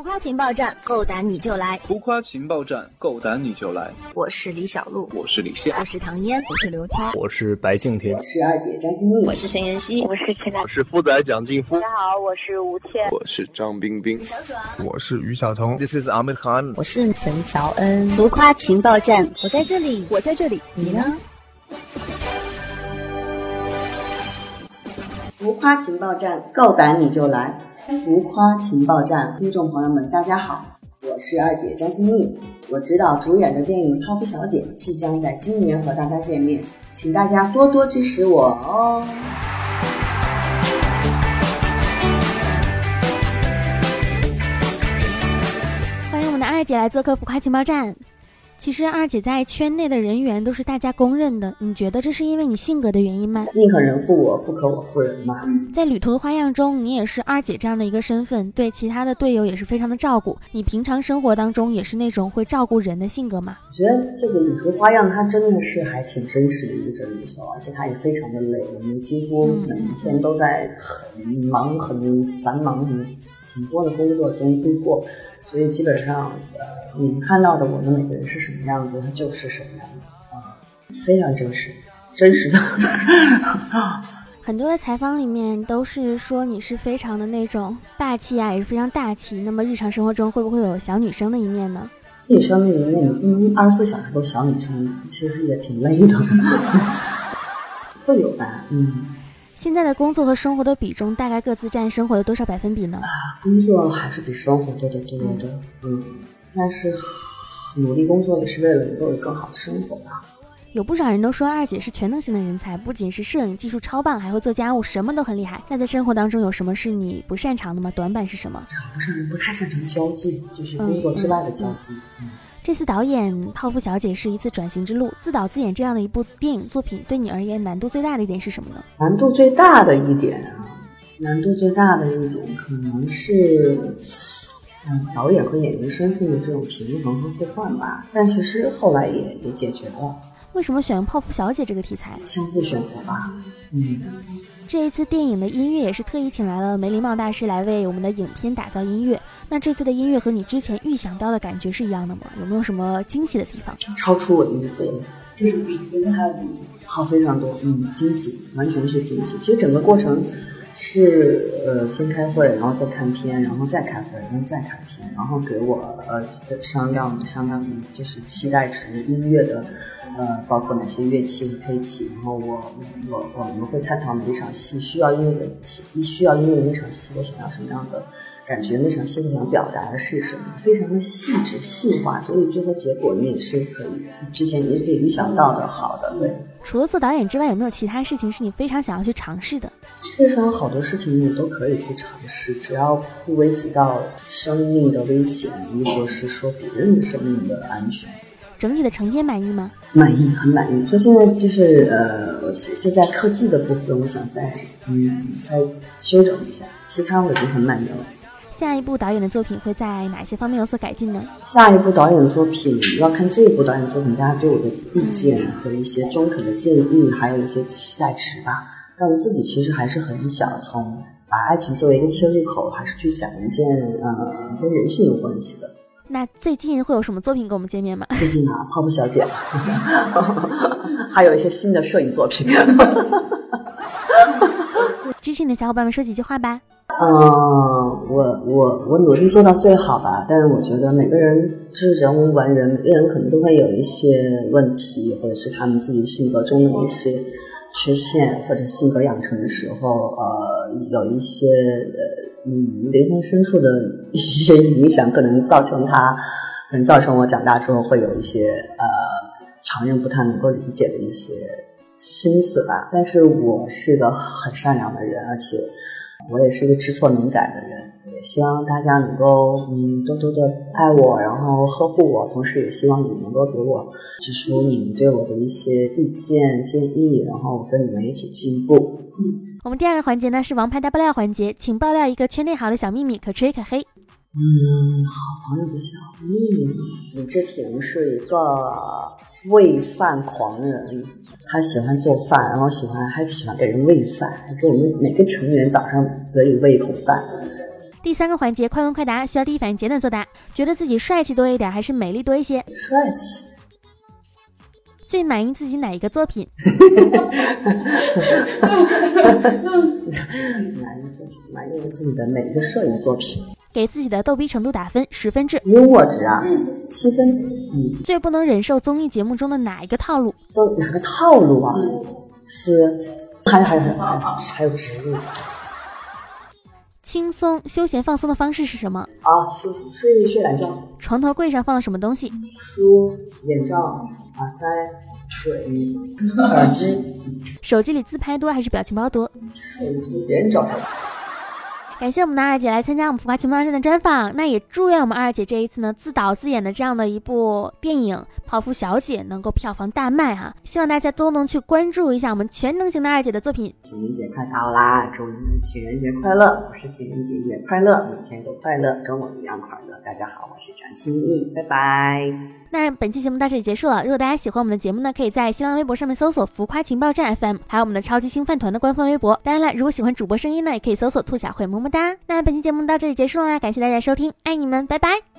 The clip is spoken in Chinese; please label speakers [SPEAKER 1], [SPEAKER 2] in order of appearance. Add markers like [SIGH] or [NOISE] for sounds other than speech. [SPEAKER 1] 浮夸情报站，够胆你就来！
[SPEAKER 2] 浮夸情报站，够胆你就来！
[SPEAKER 1] 我是李小璐，
[SPEAKER 2] 我是李现，
[SPEAKER 1] 我是唐嫣，
[SPEAKER 3] 我是刘涛，
[SPEAKER 4] 我是白敬亭，
[SPEAKER 5] 我是二姐张馨予，
[SPEAKER 6] 我是陈妍希，
[SPEAKER 7] 我是陈楠，
[SPEAKER 8] 我是富仔蒋劲夫。
[SPEAKER 9] 大家好，我是吴倩，
[SPEAKER 10] 我是张冰冰，
[SPEAKER 11] 我是于晓彤
[SPEAKER 12] ，This is Ahmed Khan，
[SPEAKER 13] 我是陈乔恩。
[SPEAKER 1] 浮夸情报站，
[SPEAKER 13] 我在这里，
[SPEAKER 1] 我在这里，
[SPEAKER 13] 你呢？
[SPEAKER 5] 浮夸情报站，够胆你就来！浮夸情报站，听众朋友们，大家好，我是二姐张馨予。我执导主演的电影《泡芙小姐》即将在今年和大家见面，请大家多多支持我哦！
[SPEAKER 14] 欢迎我们的二姐来做客浮夸情报站。其实二姐在圈内的人缘都是大家公认的，你觉得这是因为你性格的原因吗？
[SPEAKER 5] 宁可人负我，不可我负人嘛。
[SPEAKER 14] 在旅途的花样中，你也是二姐这样的一个身份，对其他的队友也是非常的照顾。你平常生活当中也是那种会照顾人的性格吗？
[SPEAKER 5] 我觉得这个旅途花样它真的是还挺真实的一个真人秀，而且它也非常的累，我们几乎每一天都在很忙、很繁忙、很很多的工作中度过。所以基本上，呃，你们看到的我们每个人是什么样子，他就是什么样子啊、嗯，非常真实，真实的。 [LAUGHS]
[SPEAKER 14] 很多的采访里面都是说你是非常的那种霸气啊，也是非常大气。那么日常生活中会不会有小女生的一面呢？
[SPEAKER 5] 女生的一面，嗯，二十四小时都小女生，其实也挺累的， [LAUGHS] 会有吧，嗯。
[SPEAKER 14] 现在的工作和生活的比重大概各自占生活的多少百分比呢？
[SPEAKER 5] 啊，工作还是比生活多得多的，嗯，但是努力工作也是为了能够有更好的生活吧。
[SPEAKER 14] 有不少人都说二姐是全能型的人才，不仅是摄影技术超棒，还会做家务，什么都很厉害。那在生活当中有什么是你不擅长的吗？短板是什么？
[SPEAKER 5] 不是不太擅长交际，就是工作之外的交际。嗯嗯嗯
[SPEAKER 14] 这次导演《泡芙小姐》是一次转型之路，自导自演这样的一部电影作品，对你而言难度最大的一点是什么呢？
[SPEAKER 5] 难度最大的一点啊，难度最大的一点可能是，嗯，导演和演员身份的这种平衡和互换吧。但其实后来也也解决了。
[SPEAKER 14] 为什么选《泡芙小姐》这个题材？
[SPEAKER 5] 相互选择吧。嗯。
[SPEAKER 14] 这一次电影的音乐也是特意请来了梅林茂大师来为我们的影片打造音乐。那这次的音乐和你之前预想到的感觉是一样的吗？有没有什么惊喜的地方？
[SPEAKER 5] 超出我的预期，
[SPEAKER 7] 就是比原来还要惊喜，
[SPEAKER 5] 好非常多。嗯，惊喜完全是惊喜。其实整个过程是呃先开会，然后再看片，然后再开会，然后再看片，然后给我呃商量商量，就是期待值音乐的。呃，包括哪些乐器和配器，然后我我我们会探讨每一场戏需要音乐的，需要音乐那场戏我想要什么样的感觉，那场戏我想表达的是什么，非常的细致细化，所以最后结果你也是可以之前你可以预想到的好的。对，
[SPEAKER 14] 除了做导演之外，有没有其他事情是你非常想要去尝试的？
[SPEAKER 5] 世上有好多事情你都可以去尝试，只要不危及到生命的危险，或者是说别人的生命的安全。
[SPEAKER 14] 整体的成片满意吗？
[SPEAKER 5] 满意，很满意。所以现在就是呃，现在科技的部分，我想再嗯再修整一下，其他我已经很满意了。
[SPEAKER 14] 下一部导演的作品会在哪些方面有所改进呢？
[SPEAKER 5] 下一部导演的作品要看这一部导演作品，大家对我的意见和一些中肯的建议，还有一些期待值吧。但我自己其实还是很想从把爱情作为一个切入口，还是去讲一件呃跟人性有关系的。
[SPEAKER 14] 那最近会有什么作品跟我们见面吗？
[SPEAKER 5] 最近啊，泡芙小姐， [LAUGHS] 还有一些新的摄影作品。
[SPEAKER 14] 支持你的小伙伴们说几句话吧。
[SPEAKER 5] 嗯、呃，我我我努力做到最好吧，但是我觉得每个人是人无完人，每个人可能都会有一些问题，或者是他们自己性格中的一些缺陷，或者性格养成的时候，呃，有一些呃。嗯，灵魂深处的一些影响，可能造成他，可能造成我长大之后会有一些呃常人不太能够理解的一些心思吧。但是我是个很善良的人，而且我也是一个知错能改的人。对，希望大家能够嗯多多的爱我，然后呵护我，同时也希望你们能够给我指出你们对我的一些意见建议，然后我跟你们一起进步。嗯。
[SPEAKER 14] 我们第二个环节呢是王牌大爆料环节，请爆料一个圈内好的小秘密，可吹可黑。
[SPEAKER 5] 嗯，好朋友的小秘密。李志婷是一个喂饭狂人，他喜欢做饭，然后喜欢还喜欢给人喂饭，还给我们每个成员早上嘴里喂一口饭。
[SPEAKER 14] 第三个环节快问快答，需要第一反应简短作答。觉得自己帅气多一点，还是美丽多一些？
[SPEAKER 5] 帅气，
[SPEAKER 14] 最满意自己哪一个作品？
[SPEAKER 5] 满意就是满意自己的每一个摄影作品。
[SPEAKER 14] 给自己的逗逼程度打分十分制。
[SPEAKER 5] 幽默值啊，
[SPEAKER 7] 嗯，
[SPEAKER 5] 七分。嗯，
[SPEAKER 14] 最不能忍受综艺节目中的哪一个套路？
[SPEAKER 5] 就哪个套路啊？是，还有还有还有还有还有植入啊
[SPEAKER 14] 轻松休闲放松的方式是什么？
[SPEAKER 5] 啊，休息睡睡懒觉，
[SPEAKER 14] 床头柜上放了什么东西？
[SPEAKER 5] 书、眼罩、耳塞、水、耳机，
[SPEAKER 14] 手机里自拍多还是表情包多？
[SPEAKER 5] 手机别人找的。
[SPEAKER 14] 感谢我们的二姐来参加我们浮夸全民二站的专访，那也祝愿我们二姐这一次呢自导自演的这样的一部电影《泡芙小姐》能够票房大卖啊！希望大家都能去关注一下我们全能型的二姐的作品。
[SPEAKER 5] 情人节快到啦，祝你们情人节快乐！我是情人节也快乐，每天都快乐，跟我一样快乐。大家好，我是张歆艺，拜拜。
[SPEAKER 14] 那本期节目到这里结束了。如果大家喜欢我们的节目呢，可以在新浪微博上面搜索“浮夸情报站 FM”，还有我们的超级星饭团的官方微博。当然了，如果喜欢主播声音呢，也可以搜索“兔小慧”，么么哒。那本期节目到这里结束了，感谢大家收听，爱你们，拜拜。